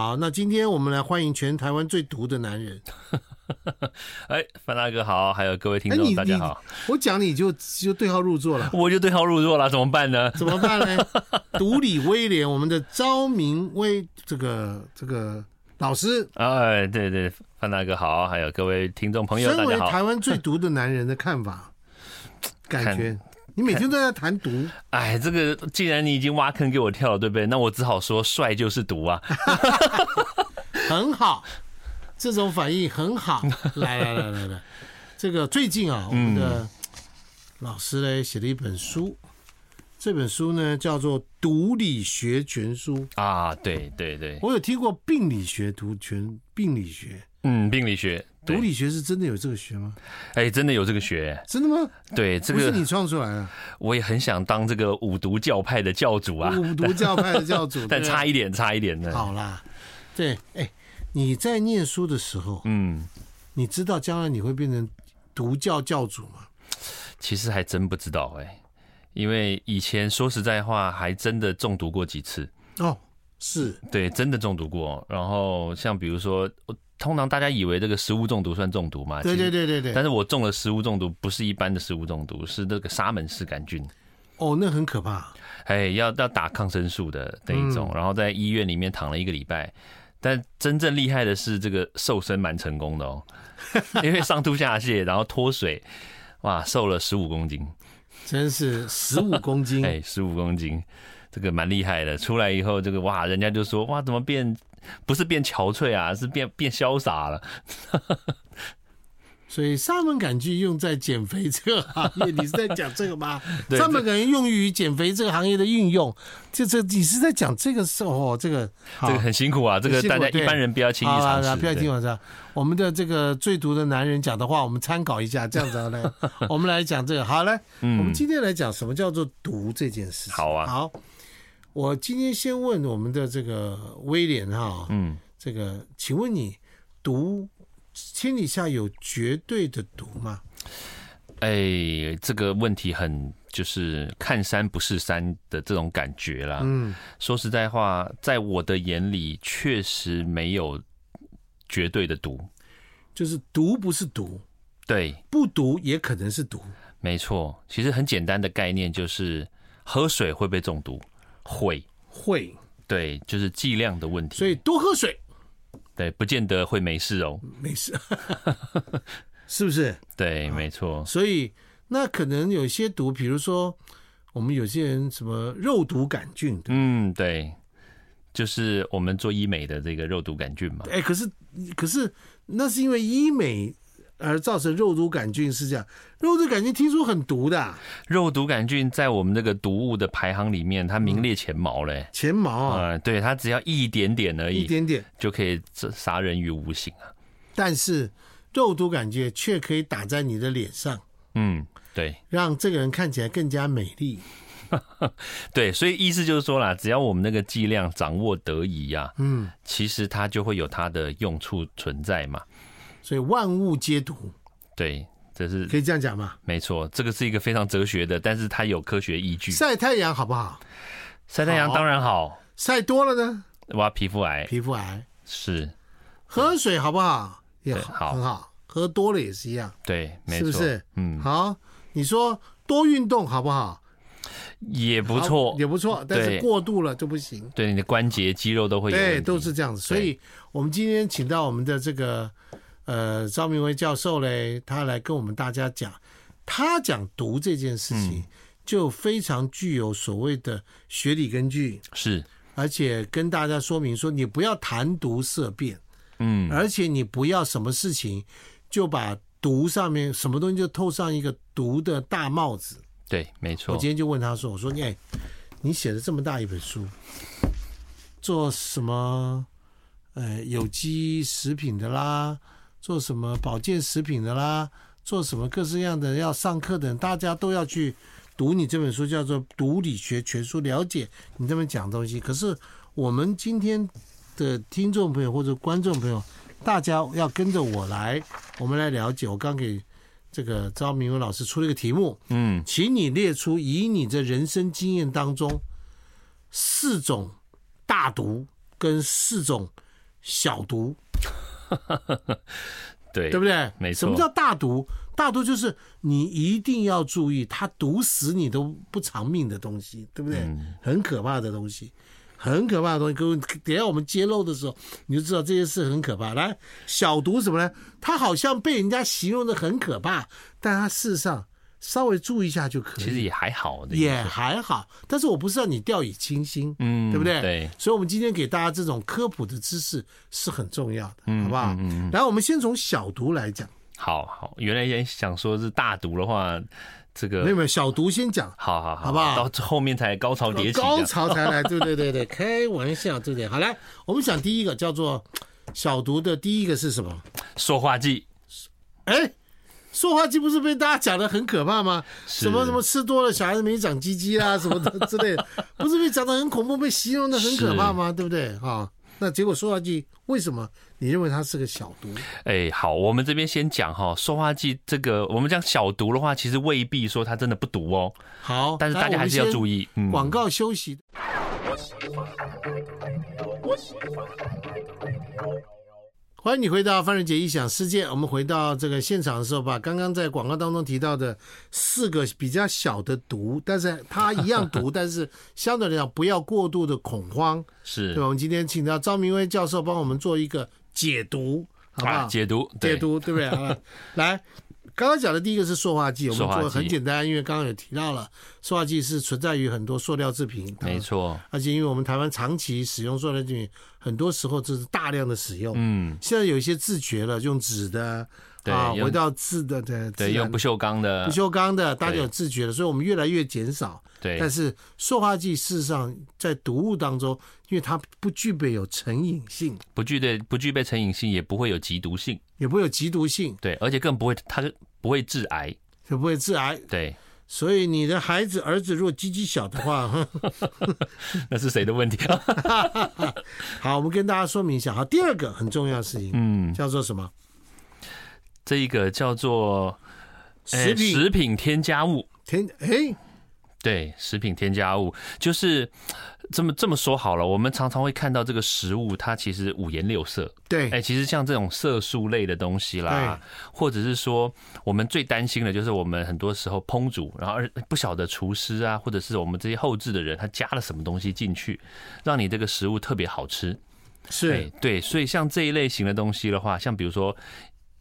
好，那今天我们来欢迎全台湾最毒的男人。哎，范大哥好，还有各位听哎，众、你大你家好，，我讲你就就对号入座了，我就对号入座了，怎么办呢？怎么办呢？独理威廉，我们的昭明威这个这个老师，哎，对对，范大哥好，还有各位听众朋友大身为家好。台湾最毒的男人的看 法，感觉你每天都在谈毒，哎，这个既然你已经挖坑给我跳了，对不对？那我只好说，帅就是 毒啊！很好，这种反应很 好。来来来来来，这个最近啊，我们嗯的老师呢写了一本书，这本书呢叫做《毒理学全书》。啊，对对对，我有听过病理学、毒全病理学、嗯，病理学，毒对，理学是真的有这个学吗？哎，真的有这个学，真的吗？对，这不是个你创出来啊 的，我也很想当这个五毒教派的教主啊，五毒教派的教 主，但哦对啊差一点，差一点呢。好啦，对，哎，你在念书的时候，嗯，你知道将来你会变成毒教教主吗？其实还真不知道哎、因为以前说实在话，还真的中毒过几次。哦，是，对，真的中毒过。然后像比如说，我通常大家以为这个食物中毒算中毒嘛？对其对实。对对对但，是我中了食物中毒，不是一般的食物中毒，是那个沙门氏杆菌，哦，那很可怕，哎，要要打抗生素的那一嗯种，然后在医院里面躺了一个礼拜。但真正厉害的是这个瘦身蛮成功的哦，因为上吐下泻，然后脱水，哇，瘦了十五公斤。真是十 五公斤，哎，十五公斤，这个蛮厉害的。出来以后，这个哇，人家就说哇，怎么变不是变憔悴啊，是变变潇洒了。所以沙门杆菌用在减肥这个行业，你是在讲这个吗？对沙门杆菌用于减肥这个行业的运用，这这你是在讲这个时候，哦这个这个很辛苦啊，这个辛苦大家对一般人不要轻易好尝啦试。不要对听我说，我们的这个最毒的男人讲的话，我们参考一下，这样子 呢，我们来讲这个。好，来，我们今天来讲什么叫做毒这件事情。嗯好啊好，我今天先问我们的这个威廉哈，嗯，这个，请问你毒天底下有绝对的毒吗？哎，这个问题很就是看山不是山的这种感觉啦。嗯，说实在话，在我的眼里，确实没有绝对的毒。就是毒不是毒，对，不毒也可能是毒。没错，其实很简单的概念就是喝水会被中毒，会。会，对，就是剂量的问题。所以多喝水对，不见得会没事哦。没事， 是不是？对，没错。所以那可能有些毒，比如说我们有些人什么肉毒杆菌的，嗯，对，就是我们做医美的这个肉毒杆菌嘛。哎，可是可是那是因为医美而造成肉毒杆菌是这样，肉毒杆菌听说很毒的啊，肉毒杆菌在我们这个毒物的排行里面，它名列前茅嘞。前毛啊、啊、对，它只要一点点而一已，点点，就可以这杀人于无形啊。但是肉毒杆菌却可以打在你的脸上，嗯，对让这个人看起来更加美丽。对，所以意思就是说啦，只要我们那个剂量掌握得宜呀、嗯，其实它就会有它的用处存在嘛。所以万物皆毒，对，这是可以这样讲吗？没错，这个是一个非常哲学的，但是它有科学依据。晒太阳好不好？晒太阳啊好当然好，晒多了呢，哇，皮肤癌皮肤癌。是，喝水好不好？也对好很好。喝多了也是一样。对，没是错，不是嗯，好，你说多运动好不好？也不好错也，不错，但是对过度了就不行。对你的关节、肌肉都会有问对，题都是这样子。所以我们今天请到我们的这个呃赵明威教授嘞，他来跟我们大家讲，他讲毒这件事嗯情。就非常具有所谓的学理根据，是，而且跟大家说明说，你不要谈毒色变，嗯，而且你不要什么事情就把毒上面什么东西就扣上一个毒的大帽子。对，没我错今，天就问他说：“我说，哎，你写了这么大一本书，做什么？呃，有机食品的啦，做什么保健食品的啦，做什么各式各样的要上课的，大家都要去读你这本书，叫做《读理学全书》，了解你这边讲的东西。可是我们今天的听众朋友或者观众朋友，大家要跟着我来，我们来了解。我刚给这个张明文老师出了一个题目，嗯，请你列出以你的人生经验当中四种大毒跟四种小毒，对对不对？没错什么叫大毒？大毒就是你一定要注意，它毒死你都不偿命的东西，对不对？嗯很可怕的东西，很可怕的东西。各位，等一下我们揭露的时候，你就知道这些事很可怕。来，小毒什么呢？它好像被人家形容的很可怕，但它事实上稍微注意一下就可以。其实也还好的，也还好，但是我不是让你掉以轻心，嗯，对不对？对，所以，我们今天给大家这种科普的知识是很重要的，好不好？然后我们先从小毒来讲，好好，原来也想说是大毒的话，这没有个没有，小毒先讲，好好好，好不好到后面才高潮迭起的，高潮才来，对对对对，开玩笑，对不对？好来，我们讲第一个叫做小毒的第一个是什么？说话剂，哎，塑化剂不是被大家讲的很可怕吗？什么什么吃多了小孩子没长鸡鸡啦、什么 的之类的，不是被讲的很恐怖，被形容的很可怕吗？对不对？哈、那结果塑化剂为什么你认为它是个小毒？哎，好，我们这边先讲哈，塑化剂这个，我们讲小毒的话，其实未必说它真的不毒哦，好，但是大家还是要注意。意，嗯，广告休息。欢迎你回到范仁杰异想世界。我们回到这个现场的时候，把刚刚在广告当中提到的四个比较小的毒，但是它一样毒，但是相对来讲不要过度的恐慌，是对吧？我们今天请到张明威教授帮我们做一个解读，好不好？啊，解毒，对解，读，对不对？啊， 来，刚刚讲的第一个是塑化剂，我们塑化做剂得很简单，因为刚刚有提到了，塑化剂是存在于很多塑料制品，没啊，错，而且因为我们台湾长期使用塑料制品，很多时候这是大量的使用。嗯，现在有一些自觉了，用纸的，对啊，用回到自的的，自对，然用不锈钢的不，锈钢的，大家对有自觉了，所以我们越来越减少。对但，是塑化剂事实上在毒物当中，因为它不具备有成瘾性，不具备不具备成瘾性，也不会有急毒性，也不会有急毒性，对，而且更不会，它就不会致癌，也不会致癌， 对，所以你的孩子儿子如果鸡鸡小的话， 呵呵那是谁的问题 啊？好，我们跟大家说明一下。好，第二个很重要的事情嗯，叫做什么？这一个叫做哎食品食品添加物，添哎，对，食品添加物就是这么这么说好了。我们常常会看到这个食物，它其实五颜六色。对哎、，其实像这种色素类的东西啦，或者是说我们最担心的就是我们很多时候烹煮，然后而不晓得厨师啊，或者是我们这些后置的人，他加了什么东西进去，让你这个食物特别好吃。是哎对，所以像这一类型的东西的话，像比如说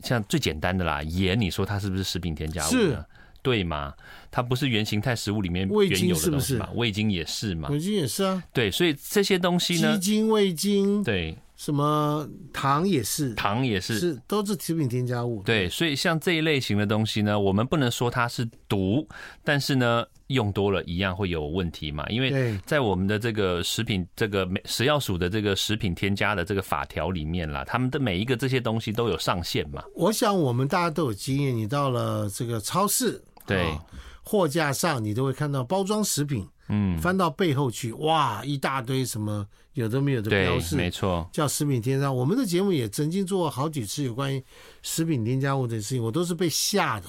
像最简单的啦，盐，你说它是不是食品添加物呢？对嘛？它不是原形态食物里面味原精有是的不东西是嘛？味精也是嘛？味精也是啊，对，所以这些东西鸡呢，精、味精，对，什么糖也是，糖也是。是都是食品添加物。对，所以像这一类型的东西呢，我们不能说它是毒，但是呢，用多了一样会有问题嘛。因为对在我们的这个食品这个美食药署的这个食品添加的这个法条里面啦，他们的每一个这些东西都有上限嘛。我想我们大家都有经验，你到了这个超市，对啊货架上你都会看到包装食品，嗯，翻到背后去，哇，一大堆什么有的没有的标对，示，没错，叫食品添加。我们的节目也曾经做过好几次有关于食品添加物的事情，我都是被吓的，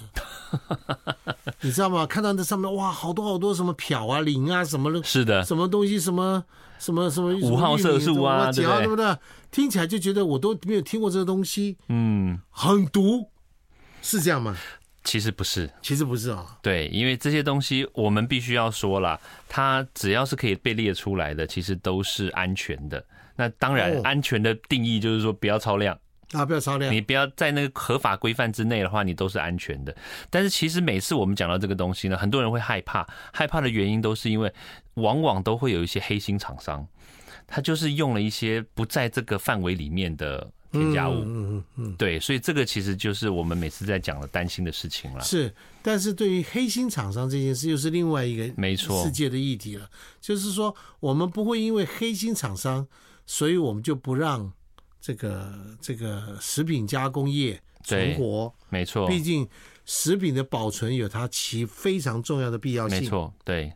你知道吗？看到那上面哇，好多好多什么漂啊、磷啊什么 的，是的，什么东西，什么什么什么五号色素啊几对不对号什么的，听起来就觉得我都没有听过这个东西，嗯，很毒，是这样吗？其实不是，其实不是啊、对，因为这些东西我们必须要说啦，它只要是可以被列出来的，其实都是安全的。那当然哦，安全的定义就是说不要超量，啊，不要超量 你不要在那个合法规范之内的话，你都是安全的。但是其实每次我们讲到这个东西呢，很多人会害怕，害怕的原因都是因为往往都会有一些黑心厂商，他就是用了一些不在这个范围里面的添加物。嗯嗯嗯对，所以这个其实就是我们每次在讲的担心的事情啦嗯，。是。但是对于黑心厂商这件事，又是另外一个没错世，界的议题了。就是说，我们不会因为黑心厂商，所以我们就不让这个这个食品加工业存对活。没错，毕竟，食品的保存有它其非常重要的必要没性。错，对，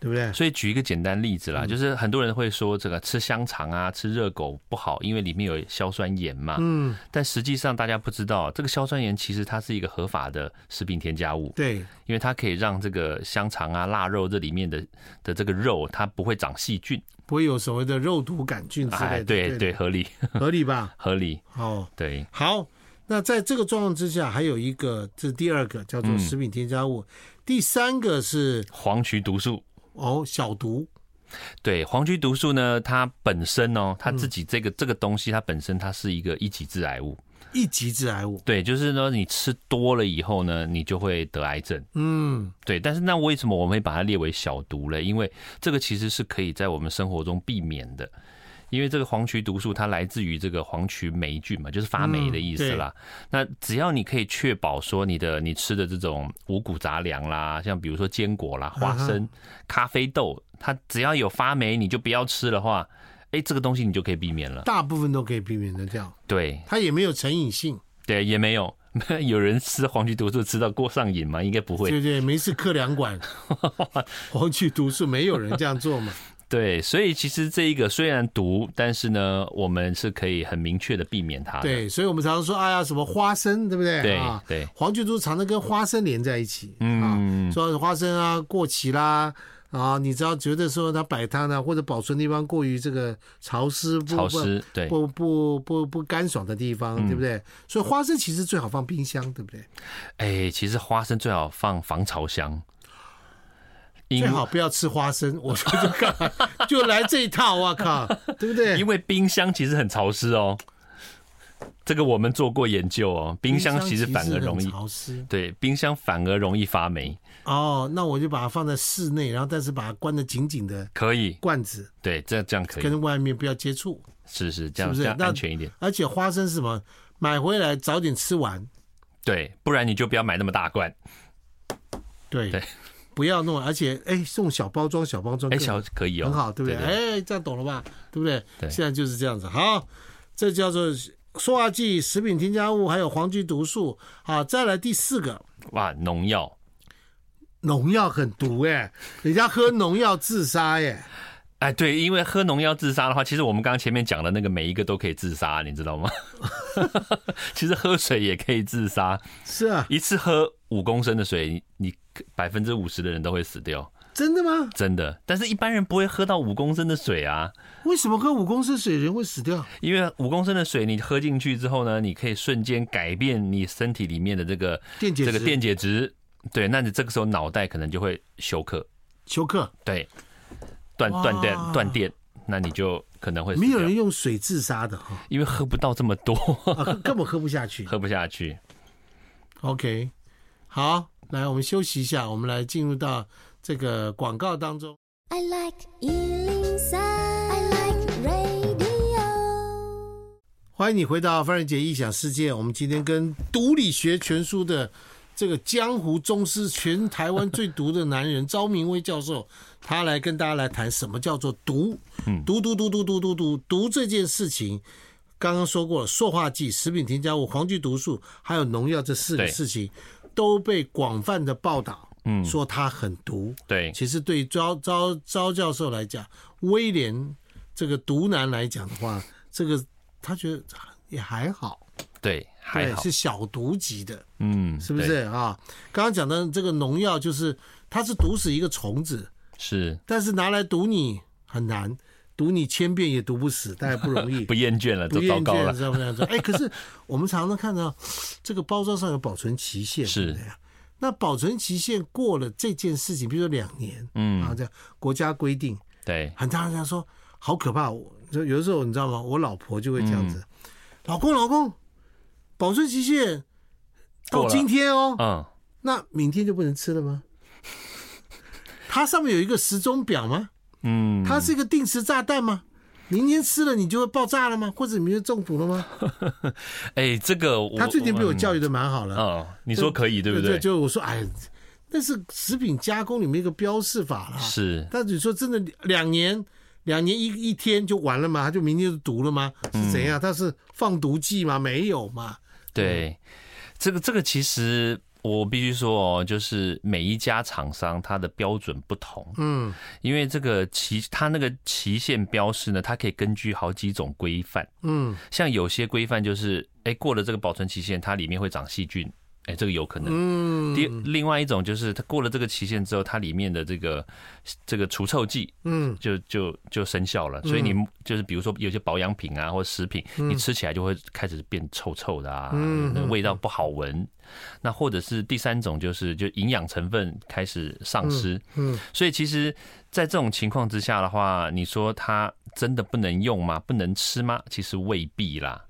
对不对？所以举一个简单例嗯子啦，就是很多人会说这个吃香肠啊、吃热狗不好，因为里面有硝酸盐嘛。嗯，但实际上大家不知道，这个硝酸盐其实它是一个合法的食品添加物，对，因为它可以让这个香肠啊、腊肉这里面的的这个肉它不会长细菌。哎不会有所谓的肉毒杆菌之类的，对对对，合理的，合理吧？合理，哦，对，好，那在这个状况之下，还有一个，这是第二个叫嗯做食品添加物，第三个是黄曲毒素。哦小毒，对黄曲毒素呢，它本身哦，嗯它自己这个这个东西，它本身它是一个一级致癌物。一级致癌物。对，就是说你吃多了以后呢，你就会得癌症。嗯，对，但是那为什么我们会把它列为小毒嘞？因为这个其实是可以在我们生活中避免的，因为这个黄曲毒素它来自于这个黄曲霉菌嘛，就是发霉的意思啦。那只要你可以确保说你的你吃的这种五谷杂粮啦，像比如说坚果啦、花生、咖啡豆，它只要有发霉你就不要吃的话，哎，这个东西你就可以避免了。大部分都可以避免得掉，对它也没有成瘾性，对，也没有。 有人吃黄曲毒素吃到过上瘾吗？应该不会对。不对？没事嗑两管，黄曲毒素没有人这样做嘛？ 对，所以其实这一个虽然毒，但是呢，我们是可以很明确的避免它的。对，所以我们常常说，哎呀，什么花生，对不对？对啊，对黄曲毒常常跟花生连在一起，啊，嗯，说花生啊过期啦。啊，你只要觉得说它摆摊呢，或者保存地方过于这个潮湿不潮湿对，不不不不干爽的地方，对不对？所以花生其实最好放冰箱，对不对？哎，其实花生最好放防潮箱，因最好不要吃花生，我说这干 嘛就来这一套，我靠，对不对因？为冰箱其实很潮湿哦。这个我们做过研究哦，冰箱其实反而容冰箱其实很易潮湿对，冰箱反而容易发霉，哦。那我就把它放在室内，然后但是把它关得紧紧的可以罐子，对，这这样可以，跟外面不要接触。是是这样是不这是样那安全一点，而且花生是什么，买回来早点吃完，对，不然你就不要买那么大罐，对，对不要弄。而且哎，送小包装，小包装哎，更小可以哦，很好，对不对？哎，这样懂了吧？对不对？对现在就是这样子。好，这叫做塑化剂、食品添加物，还有黄曲毒素。好，再来第四个，哇，农药。农药很毒哎、人家喝农药自杀哎、哎，对，因为喝农药自杀的话，其实我们刚刚前面讲的那个每一个都可以自杀，你 知道吗？其实喝水也可以自杀，是啊，一次喝五公升的水，你百分之五十的人都会死掉，真的吗？真的。但是一般人不会喝到五公升的水啊，为什么喝五公升水人会死掉？因为五公升的水你喝进去之后呢，你可以瞬间改变你身体里面的这个电解这质、个电解质，对，那你这个时候脑袋可能就会休克，休克，对，断哇断电断电，那你就可能会死没有掉人用水自杀的哈、因为喝不到这么多。 啊，根本喝不下去。喝不下去。 OK，好，来我们休息一下，我们来进入到这个广告当中。 I like Ealing Sound. I like radio. 欢迎你回到范仁杰异想世界。我们今天跟毒理学全书的这个江湖宗师、全台湾最毒的男人昭明威教授，他来跟大家来谈什么叫做毒。嗯毒毒毒毒毒毒毒毒这件事情，刚刚说过了，塑化剂、食品添加物、黄曲毒素还有农药这四个对事情都被广泛的报道，嗯说它很毒。对，其实对于招招招教授来讲，威廉这个毒男来讲的话，这个他觉得也还好，对，还对好，是小毒级的，嗯，是不是对？啊？刚刚讲的这个农药，就是它是毒死一个虫子，是但是拿来毒你很难，毒你千遍也毒不死，但也不容易 不。厌倦了， 不都厌糟糕倦，了。这样这样子。哎，可是我们常常看到这个包装上有保存期限，是对不对啊那保存期限过了这件事情，比如说两年，嗯啊，这样国家规定，对，很大声说好可怕。我就有的时候你知道吗？我老婆就会这样子，嗯老公老公，保存期限到过了今天哦，嗯，那明天就不能吃了吗？它上面有一个时钟表吗？嗯，它是一个定时炸弹吗？明天吃了你就会爆炸了吗？或者你就中毒了吗？哎，这个我他最近被我教育的蛮好了，嗯，你说可以对不对？对？就我说，哎，那是食品加工里面一个标示法啦。是，但你说真的，两年两年一一天就完了吗？他就明天就毒了吗？是怎嗯样？他是放毒剂吗？没有嘛？对，这个这个其实我必须说哦，就是每一家厂商它的标准不同，嗯因为这个期它那个期限标示呢，它可以根据好几种规范，嗯像有些规范就是，哎，过了这个保存期限，它里面会长细菌，哎，这个有可能。嗯第另外一种就是，它过了这个期限之后，它里面的这个这个除臭剂嗯就就就生效了，所以你就是比如说有些保养品啊或者食品，你吃起来就会开始变臭臭的啊，嗯那味道不好闻。那或者是第三种就是就营养成分开始丧失，嗯所以其实，在这种情况之下的话，你说它真的不能用吗？不能吃吗？其实未必啦。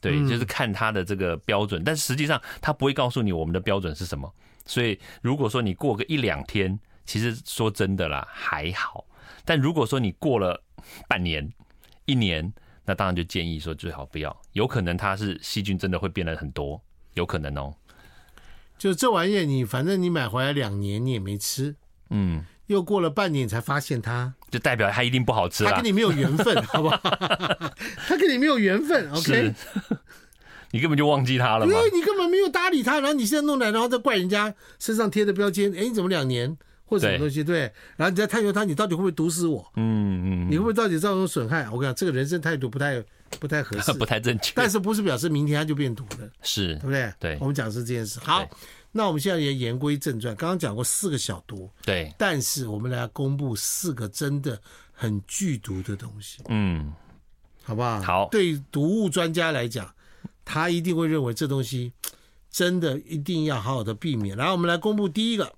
对，嗯就是看它的这个标准，但实际上它不会告诉你我们的标准是什么。所以如果说你过个一两天，其实说真的啦还好。但如果说你过了半年、一年，那当然就建议说最好不要。有可能它是细菌真的会变得很多，有可能哦。就这玩意儿，你反正你买回来两年你也没吃，嗯，又过了半年你才发现它，就代表它一定不好吃它啦跟。你没有缘 分，好不好？它跟你没有缘分，OK 是。， 你根本就忘记它了因嘛。为你根本没有搭理他，然后你现在弄来，然后再怪人家身上贴的标签，哎，你怎么两年或者什么东西？对，然后你再探究他，你到底会不会毒死我？嗯你会不会到底造成损害？我跟你讲，这个人生态度不太不太 合适嗯，，不太正确，但是不是表示明天他就变毒了，是对不对？对我们讲的是这件事。好对，那我们现在也言归正传，刚刚讲过四个小毒，对，但是我们来公布四个真的很剧毒的东西，嗯，好不好？好对毒物专家来讲，他一定会认为这东西真的一定要好好的避免。然后我们来公布第一个，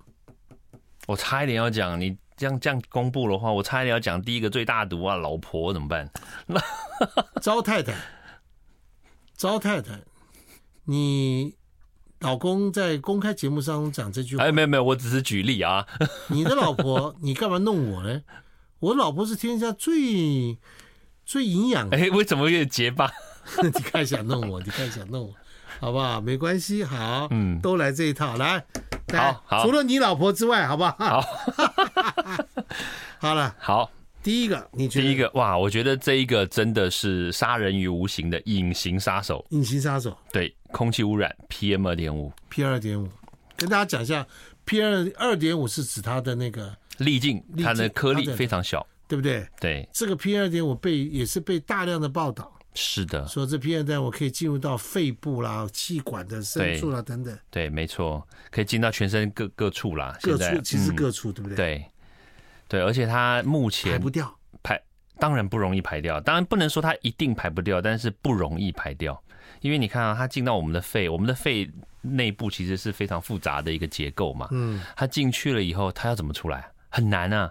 我差一点要讲，你这样这样公布的话，我差一点要讲第一个最大毒啊，老婆怎么办？招太 太，招太太，你老公在公开节目上讲这句话，哎，没有没有，我只是举 例啊，你的老婆，你干嘛弄我呢？我老婆是天下最最营养的。 哎，为什么有点结巴？你看想弄我，你看想弄我，好不好？没关系，好，嗯，都来这一套，来，来好好除了你老婆之外，好不好？ 好， 好了，好，第一个，你觉得第一个哇，我觉得这一个真的是杀人于无形的隐形杀手，隐形杀手对，空气污染 PM 二点五 P 二点五，跟大家讲一下，P 二二点五是指它的那个，粒径，径它的颗它粒的非常小，对不对？对，这个 P 二点五被也是被大量的报道是的，说这 P 二点五可以进入到肺部啦、气管的深处啦等等对，没错，可以进到全身各各处啦，各现在处，其实嗯各处对不对？，对对，而且它目排前不掉，排当然不容易排掉，当然不能说它一定排不掉，但是不容易排掉，因为你看啊，它进到我们的肺，我们的肺内部其实是非常复杂的一个结构嘛，嗯，它进去了以后，它要怎么出来？很难啊，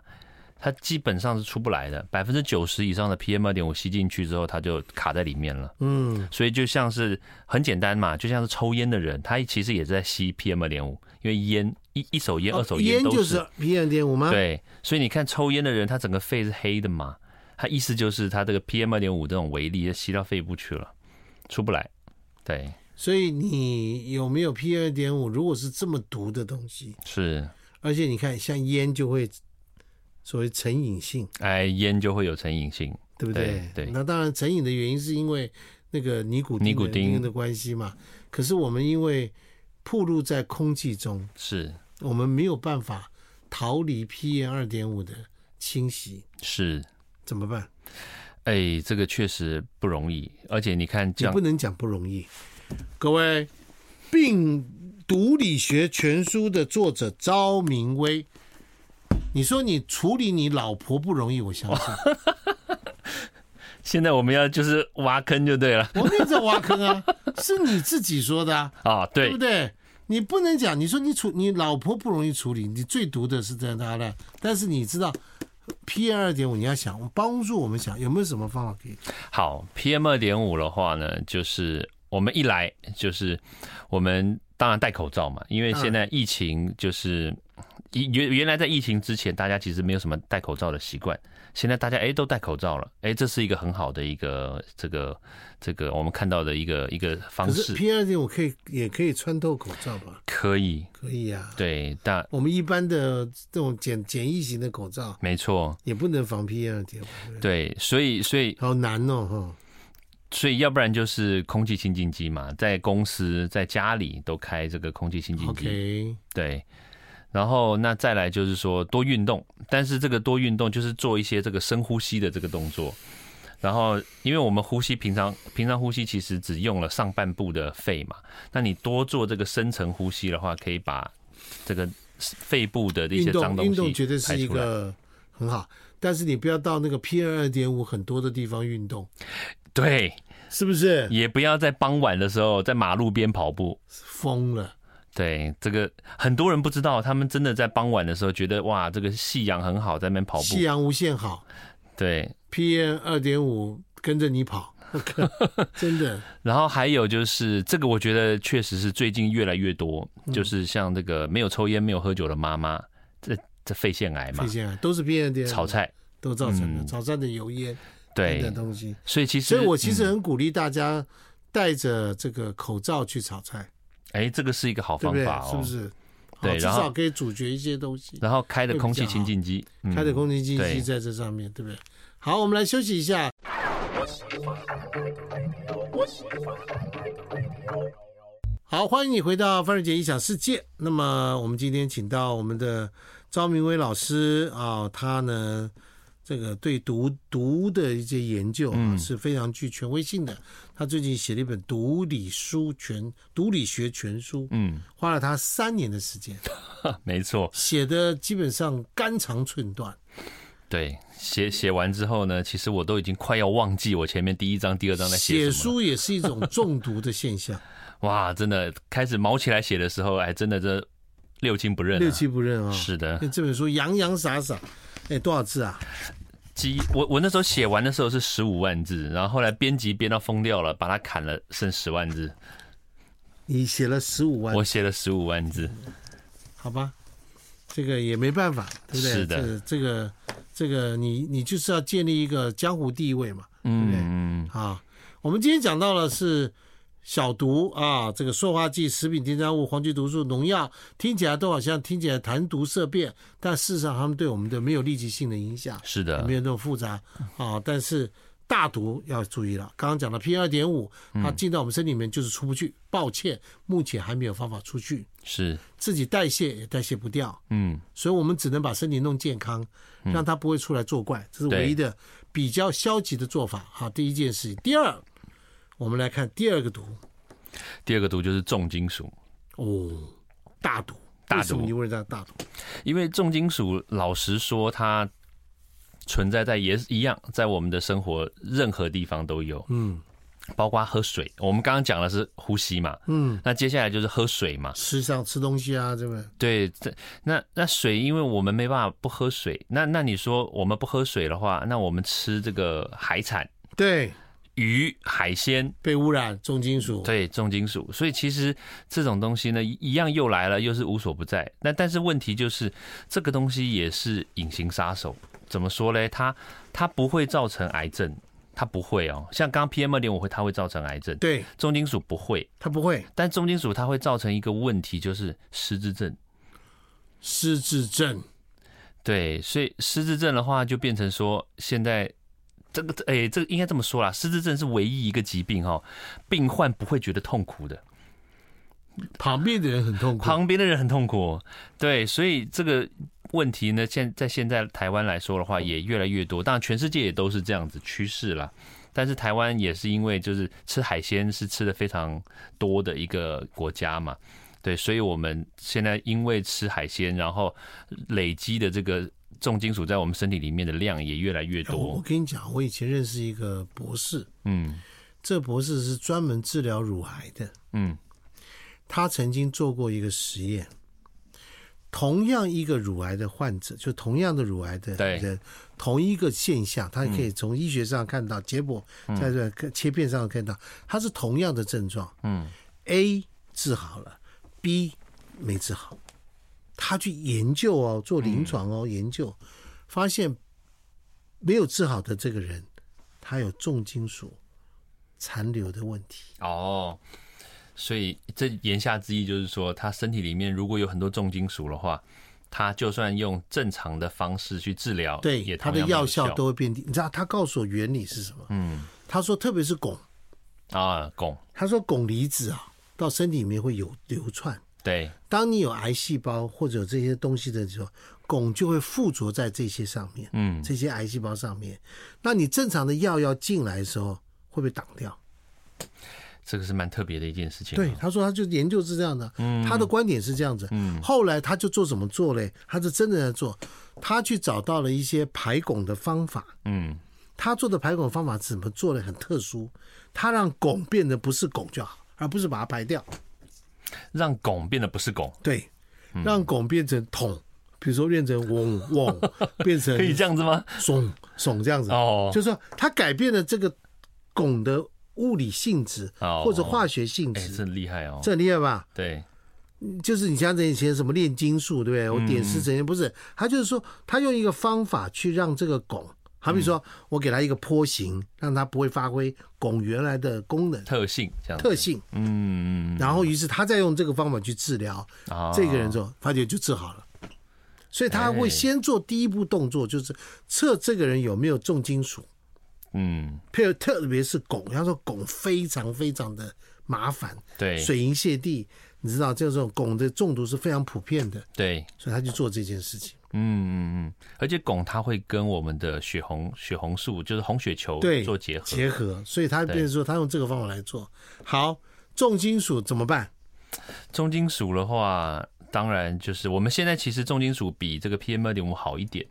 它基本上是出不来的，百分之九十以上的 PM 二点五吸进去之后，它就卡在里面了。嗯，所以就像是很简单嘛，就像是抽烟的人，他其实也在吸 PM 二点五，因为烟一一手烟、二手烟哦烟都就是是 P 二点五吗？。对，所以你看抽烟的人，他整个肺是黑的嘛，他意思就是他这个 PM 二点五这种微粒就吸到肺部去了，出不来。对，所以你有没有 P 二点五？如果是这么毒的东西，是，而且你看，像烟就会所谓成瘾性，哎，烟就会有成瘾性，对不对对那当然，成瘾的原因是因为那个尼古丁的尼古丁的关系嘛。可是我们因为暴露在空气中，是我们没有办法逃离 P 二点五的侵袭，是，怎么办？哎，这个确实不容易，而且你看这也样不，能讲不容易。各位，《病毒理学全书》的作者昭明威，你说你处理你老婆不容易，我相 信。现在我们要就是挖坑就对了我没有在挖坑啊，是你自己说的、啊，啊，对对不，对？你不能讲，你说你处你老婆不容易处理，你最毒的是在哪呢？但是你知道，P 二点五，你要想帮助我们想有没有什么方法可以？好，PM 二点五的话呢，就是我们一来就是我们当然戴口罩嘛，嗯因为现在疫情就是一原原来在疫情之前，大家其实没有什么戴口罩的习惯，现在大家哎都戴口罩了，哎这是一个很好的一个这个这个我们看到的一个一个方可是式， P 二点五可以也可以穿透口罩吧？可以可以呀、啊。对，但我们一般的这种简简易型的口罩没错。也不能防 P 二点五，对，所以所以好难哦，哈。所以要不然就是空气清净机嘛，在公司、在家里都开这个空气清净机。 OK，对，然后那再来就是说多运动，但是这个多运动就是做一些这个深呼吸的这个动作。然后，因为我们呼吸平常平常呼吸其实只用了上半部的肺嘛，那你多做这个深层呼吸的话，可以把这个肺部的一运些脏动运东动西绝对是排一出来。个很好，但是你不要到那个 P 二二点五很多的地方运动，对，是不是？也不要在傍晚的时候在马路边跑步。疯了，对，这个很多人不知道，他们真的在傍晚的时候觉得哇，这个夕阳很好，在那边跑步夕。阳无限好对， ，P 二点五跟着你跑， 真的然后还有就是这个，我觉得确实是最近越来越多，嗯就是像这个没有抽烟、没有喝酒的妈妈，这这肺腺癌嘛这，些啊都是 P 二点炒菜。都造成的，嗯炒菜的油烟等对等，东西，所以其实，所以我其实嗯很鼓励大家戴着这个口罩去炒菜，哎，这个是一个好对方不对法？是哦不。是？好对至然后少可以阻绝一些东西。然后开的会比空较气清好净机，嗯开的空气净对机在这上面，对不对？好，我们来休息一下。好，欢迎你回到范儿姐异想世界。那么我们今天请到我们的赵明威老师啊、他呢这个对毒毒的一些研究啊、嗯是非常具权威性的。他最近写了一本《毒理书全》《毒理学全书》，嗯，啊花了他三年的时间，没错，写的基本上肝肠寸断。对，写写完之后呢，其实我都已经快要忘记我前面第一章、第二章在写写什么了。书也是一种中毒的现 象，哇，真的开始毛起来写的时候，哎，真的这六亲不认六啊。七不认啊、是的，那这本书洋洋洒洒，哎，多少字啊？几我我那时候写完的时候是十五万字，然后后来编辑编到疯掉了，把它砍了，剩十万字。你写了十五万我，写了十五万字，好吧？这个也没办法，对不对？是的这个这个这个你你就是要建立一个江湖地位嘛嗯，啊！我们今天讲到了是小毒啊，这个塑化剂、食品添加物、黄曲毒素、农药，听起来都好像听起来谈毒色变，但事实上它们对我们的没有立即性的影响。是没的，嗯有那么复杂啊。但是大毒要注意了，刚刚讲的 P 二点五，它嗯进到我们身体里面就是出不去。抱歉，目前还没有方法出去，是，自己代谢也代谢不掉，嗯，所以我们只能把身体弄健康，让它不会出来作怪，这是唯一的比较消极的做法。好，第一件事情。第二，我们来看第二个毒第二个毒就是重金属，哦，大毒。大毒为什么你问人家大毒？因为重金属，老实说，它存在在也是一样，在我们的生活任何地方都有，嗯包括喝水。我们刚刚讲的是呼吸嘛，嗯，那接下来就是喝水嘛，吃上吃东西啊，这个对，这那那水，因为我们没办法不喝水。那那你说我们不喝水的话，那我们吃这个海产、对鱼、海鲜，被污染重金属，对重金属。所以其实这种东西呢，一一样又来了，又是无所不在。那但是问题就是，这个东西也是隐形杀手。怎么说嘞？它它不会造成癌症，它不会哦。像刚刚 PM 二点五会，它会造成癌症，对，重金属不会。它不会但重金属它会造成一个问题，就是失智症。失智症。对，所以失智症的话，就变成说现在这个，哎、这个应该这么说啦，失智症是唯一一个疾病哦，病患不会觉得痛苦的，旁边的人很痛苦。旁边的人很痛苦哦。对，所以这个问题呢，现在现在台湾来说的嗯话，也越来越多，当然全世界也都是这样子趋势啦。但是台湾也是因为就是吃海鲜是吃的非常多的一个国家嘛，对，所以我们现在因为吃海鲜，然后累积的这个重金属在我们身体里面的量也越来越哎我我多。跟你讲，我以前认识一个博士，嗯这博士是专门治疗乳癌的。嗯他曾经做过一个实验，同样一个乳癌的患者，就同样的乳癌的对嗯人，同一个现象，他可以从医学上看到结果，在这个切片上看到，它是同样的症状。嗯，A 治好了，B 没治好。他去研究哦，做临床嗯哦，研究发现没有治好的这个人，他有重金属残留的问题。哦，所以这言下之意就是说，他身体里面如果有很多重金属的话，他就算用正常的方式去治疗，对，也它同的样没有药效都会变低。你知道他告诉我原理是什么？嗯，他说特别是汞，啊，汞，他说汞离子啊，到身体里面会有流窜。对，当你有癌细胞或者有这些东西的时候，汞就会附着在这些上面，嗯，这些癌细胞上面。那你正常的药要进来的时候，会被挡掉。这个是蛮特别的一件事情。对，，他说他就研究是这样的，嗯他的观点是这样子。后来他就做怎么做嘞？他是真的在做，他去找到了一些排汞的方法。嗯，他做的排汞方法怎么做的很特殊，他让汞变得不是汞就好，而不是把它排掉，让汞变得不是汞，对，嗯让汞变成桶，比如说变成嗡嗡， 变成可以这样子吗？耸耸这样子，哦就是说它改变了这个汞的物理性质哦或者化学性哎，这质，很厉害哦。这很厉害吧？对，就是你像这以前什么炼金术，对不对？嗯我点石成金不是，他就是说他用一个方法去让这个汞，好比嗯说我给它一个坡形，让它不会发挥汞原来的功能特性这样子。特性，嗯，嗯然后于是他再用这个方法去治疗嗯啊，这个人之后，发觉就治好了。所以他会哎先做第一步动作，就是测这个人有没有重金属，嗯，特特别是汞，他说汞非常非常的麻烦，对，水银泻地，你知道这种汞的中毒是非常普遍的。对，所以他去做这件事情。嗯嗯嗯，而且汞它会跟我们的血红血红素，就是红血球对哦做结合。结合，所以他变成说他用这个方法来做。好，重金属怎么办？重金属的话，当然就是我们现在其实重金属比这个 PM 二点五好一点，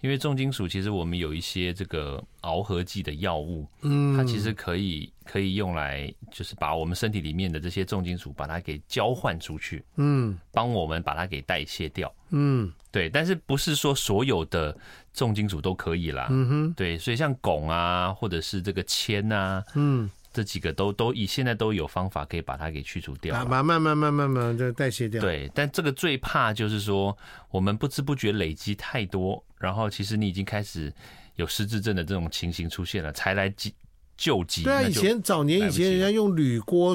因为重金属其实我们有一些这个螯合剂的药物，嗯，它其实可以可以用来就是把我们身体里面的这些重金属把它给交换出去，嗯帮我们把它给代谢掉。嗯对，但是不是说所有的重金属都可以啦？嗯哼对，所以像汞啊，或者是这个铅啊，嗯，这几个都都以现在都有方法可以把它给去除掉把啦。把慢慢慢慢慢慢就代谢掉。，对，但这个最怕就是说，我们不知不觉累积太多，然后其实你已经开始有失智症的这种情形出现了，才来急救急。对啊，那以就前早年以来不及前了人家用铝锅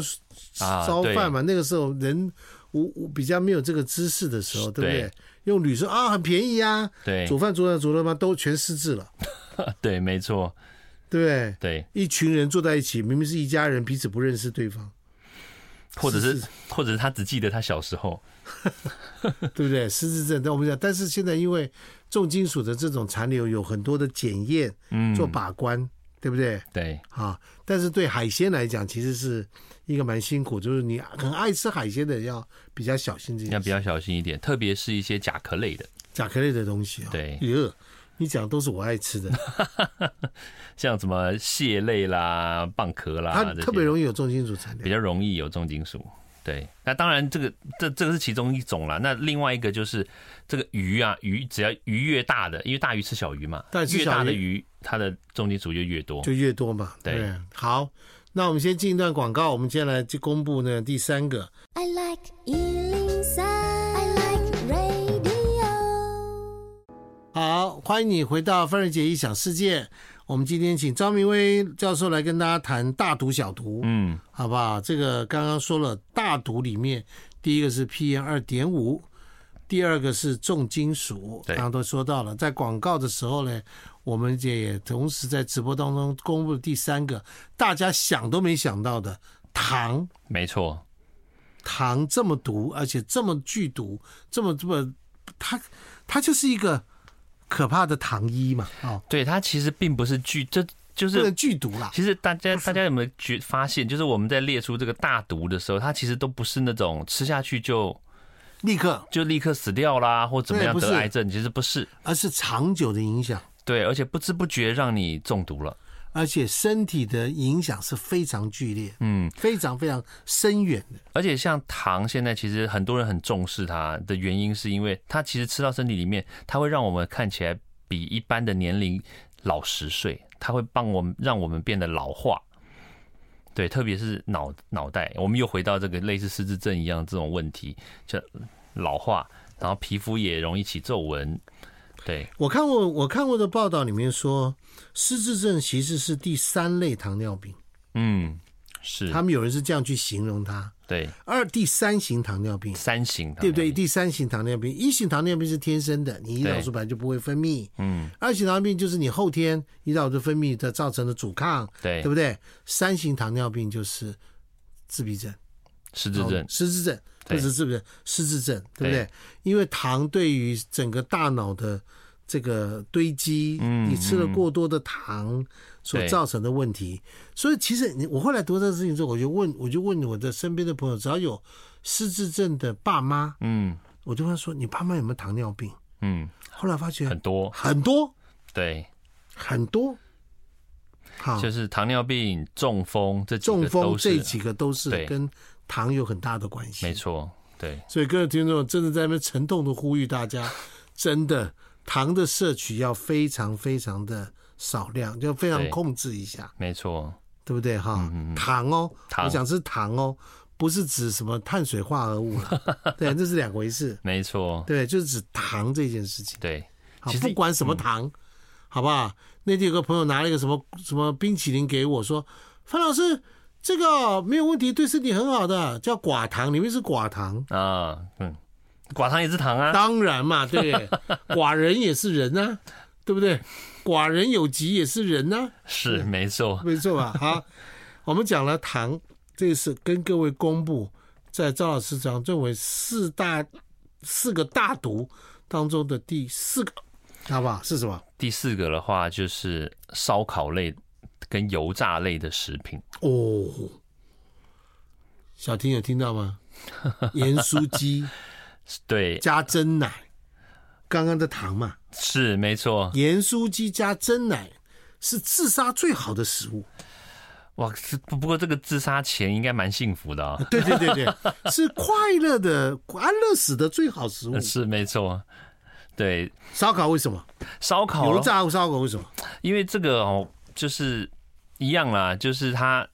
啊烧饭嘛，那个时候人我我比较没有这个知识的时候，对不对对？用铝说啊很便宜啊，对啊煮饭煮了煮了嘛都全失智了，对，没错，对不对？对，一群人坐在一起，明明是一家人，彼此不认识对方，或者是是或者是他只记得他小时候，对不对？失智症，但我们讲，但是现在因为重金属的这种残留有很多的检验嗯，做把关，对不对对啊？但是对海鲜来讲，其实是一个蛮辛苦，就是你很爱吃海鲜的要比较小心这些要比较小心一点，特别是一些甲壳类的，甲壳类的东西啊、对哟，你讲的都是我爱吃的，像什么蟹类啦、蚌壳啦，它啊这特别些容易有重金属残比留。较容易有重金属。对，那当然这个这这个是其中一种啦。那另外一个就是这个鱼啊，鱼只要鱼越大的，因为大鱼吃小鱼嘛，大鱼吃越小鱼大的鱼它的重金属就越多就。越多嘛。对不好，那我们先进一段广告，我们接下来就公布呢第三个， I like Ealing Sound. I like radio. 好，欢迎你回到范瑞杰异想世界。我们今天请张明威教授来跟大家谈大毒小毒，嗯，好不好？这个刚刚说了，大毒里面第一个是 PM 二点五，第二个是重金属，对刚刚都说到了。在广告的时候呢，我们也也同时在直播当中公布了第三个，大家想都没想到的糖。没错，糖这么毒，而且这么剧毒，这么这么，它它就是一个可怕的糖衣嘛，哦，对它其实并不是剧，这就不是能剧毒啦，其实大家大家有没有觉发现，就是我们在列出这个大毒的时候，它其实都不是那种吃下去就立刻，就立刻死掉啦，或怎么对样不是得癌症，其实不是。而是长久的影响，对，而且不知不觉让你中毒了。而且身体的影响是非常剧烈，嗯，非常非常深远的。而且像糖，现在其实很多人很重视它的原因，是因为它其实吃到身体里面，它会让我们看起来比一般的年龄老十岁，它会帮我们让我们变得老化。对，特别是脑脑袋，我们又回到这个类似失智症一样这种问题，就老化，然后皮肤也容易起皱纹。对，我看过我看过的报道里面说，失智症其实是第三类糖尿病，嗯，是，他们有人是这样去形容它。对二第三型糖尿病，三型糖对尿不对？病，第三型糖尿病，一型糖尿病是天生的，你胰岛素本来就不会分泌。嗯，二型糖尿病就是你后天胰岛素分泌的造成的阻抗，对对，不对？三型糖尿病就是自闭症、哦失智症，失智症，不对是自闭症，失智症，对不对对？因为糖对于整个大脑的这个堆积，嗯你吃了过多的糖所对造成的问题。所以其实你我后来读这个事情之后，我就问，我就问我的身边的朋友，只要有失智症的爸妈，嗯我就问他说：“你爸妈有没有糖尿病嗯，？”后来发觉很多，很多对，很多，好，就是糖尿病、中风这几啊中个风都这是，几个都是对跟糖有很大的关系。没错，对，所以各位听众真的在那边沉痛的呼吁大家， 真的糖的摄取要非常非常的少量，就非常对控制一下，没错，对不对哈？糖哦，糖我讲是糖哦，不是指什么碳水化合物 了，对，这是两回事。没错，对，就是指糖这件事情。对，好，其实嗯不管什么糖，好不好？那天有个朋友拿了一个什么什么冰淇淋给我，说：“范老师，这个没有问题，对身体很好的，叫寡糖，里面是寡 糖。啊，嗯，寡糖也是糖啊，当然嘛，对，寡人也是人呐、对不对？寡人有疾也是人呐、是没错，没错 吧？好，我们讲了糖，这是跟各位公布，在赵老师讲认为四大四个大毒当中的第四个，好不好？是什么？第四个的话就是烧烤类跟油炸类的食品，哦，小婷有听到 吗？盐酥鸡对，加真奶，刚刚的糖嘛，是没错。盐酥鸡加真奶是自杀最好的食物。哇，是不不过这个自杀前应该蛮幸 福的啊，对对对 对，是快乐的安乐死的最好食物。是没错。对，烧烤为什么？烧烤油咯炸烧烤为什么？因为这个哦，就是一样啦，就是他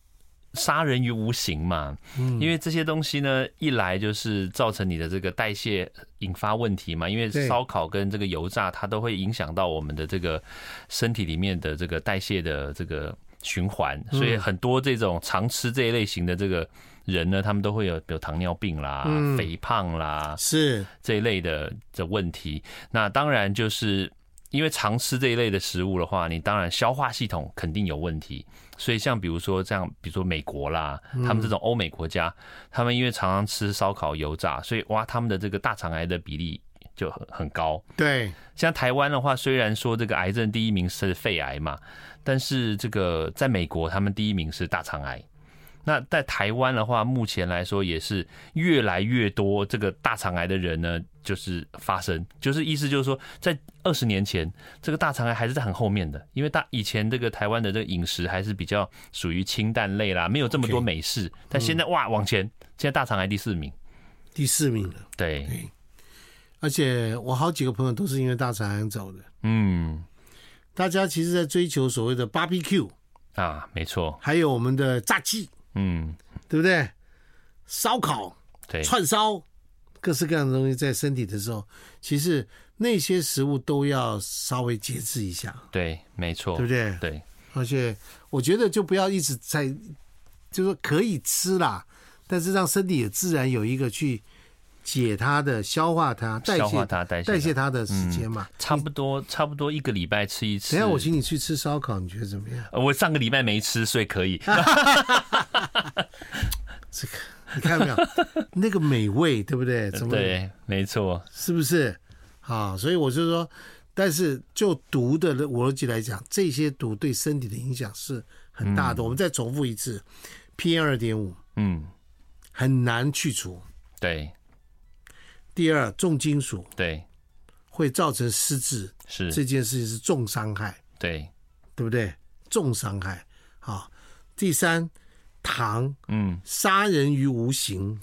杀人于无形嘛。嗯因为这些东西呢，一来就是造成你的这个代谢引发问题嘛，因为对烧烤跟这个油炸，它都会影响到我们的这个身体里面的这个代谢的这个循环，嗯所以很多这种常吃这一类型的这个。人呢，他们都会有有糖尿病啦、嗯肥胖啦，是这一类的的问题。那当然就是因为常吃这一类的食物的话，你当然消化系统肯定有问题。所以像比如说这样，比如说美国啦，他们这种欧美国家，他们因为常常吃烧烤、油炸，所以哇，他们的这个大肠癌的比例就很很高。对，像台湾的话，虽然说这个癌症第一名是肺癌嘛，但是这个在美国他们第一名是大肠癌。那在台湾的话，目前来说也是越来越多这个大肠癌的人呢，就是发生，就是意思就是说，在二十年前，这个大肠癌还是在很后面的，因为大以前这个台湾的这个饮食还是比较属于清淡类啦，没有这么多 OK 嗯美式但现在哇往前，现在大肠癌第四名，第四名了。对，而且我好几个朋友都是因为大肠癌走的。嗯大家其实在追求所谓的 barbecue，啊，没错，还有我们的炸鸡，嗯，对不对？烧烤、对，串烧，各式各样的东西在身体的时候，其实那些食物都要稍微节制一下，对，没错，对不对？哦对，而且我觉得就不要一直在，就是说可以吃啦，但是让身体也自然有一个去解它的、消化它、代消谢化它，嗯代谢代谢它，它的时间嘛。差不多差不多一个礼拜吃一次。等一下我请你去吃烧烤，你觉得怎么样？呃我上个礼拜没吃，所以可以。啊这个你看到没有？那个美味，对不对？怎么对，没错，是不是？啊，所以我就说，但是就毒的逻辑来讲，这些毒对身体的影响是很大的。我们再重复一次，PM 二点五嗯，很难去除。对第二，重金属对会造成失智，这是，件事情是重伤害，对，对不对？重伤害啊。第三，糖嗯， 杀人于无形，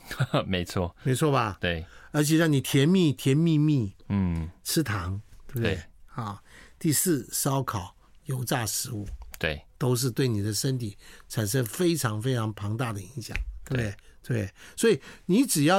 没错，没错吧？对，而且让你甜蜜甜蜜蜜嗯，吃糖，对不对？对啊，第四，烧烤、油炸食物对都是对你的身体产生非常非常庞大的影响，对不对？对，所以你只要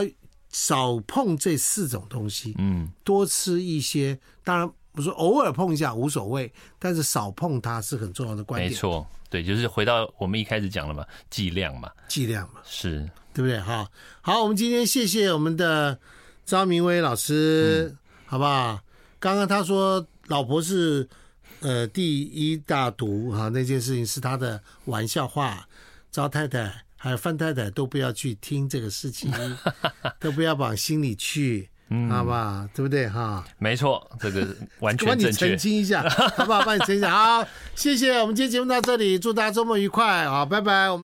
少碰这四种东西，嗯，多吃一些，当然我说偶尔碰一下无所谓，但是少碰它是很重要的观没点，错，对，就是回到我们一开始讲了嘛，剂量嘛，剂量嘛，是对不对？哈，好，我们今天谢谢我们的张明威老师，好不好？刚刚他说老婆是呃第一大毒哈，那件事情是他的玩笑话，招太太还有范太太都不要去听这个事情，都不要往心里去，好吧？对不对哈？没错，这个 完帮全你正澄确。清一下，好不好？帮你澄清一下。好，谢谢，我们今天节目到这里，祝大家周末愉快，好，拜拜。我们。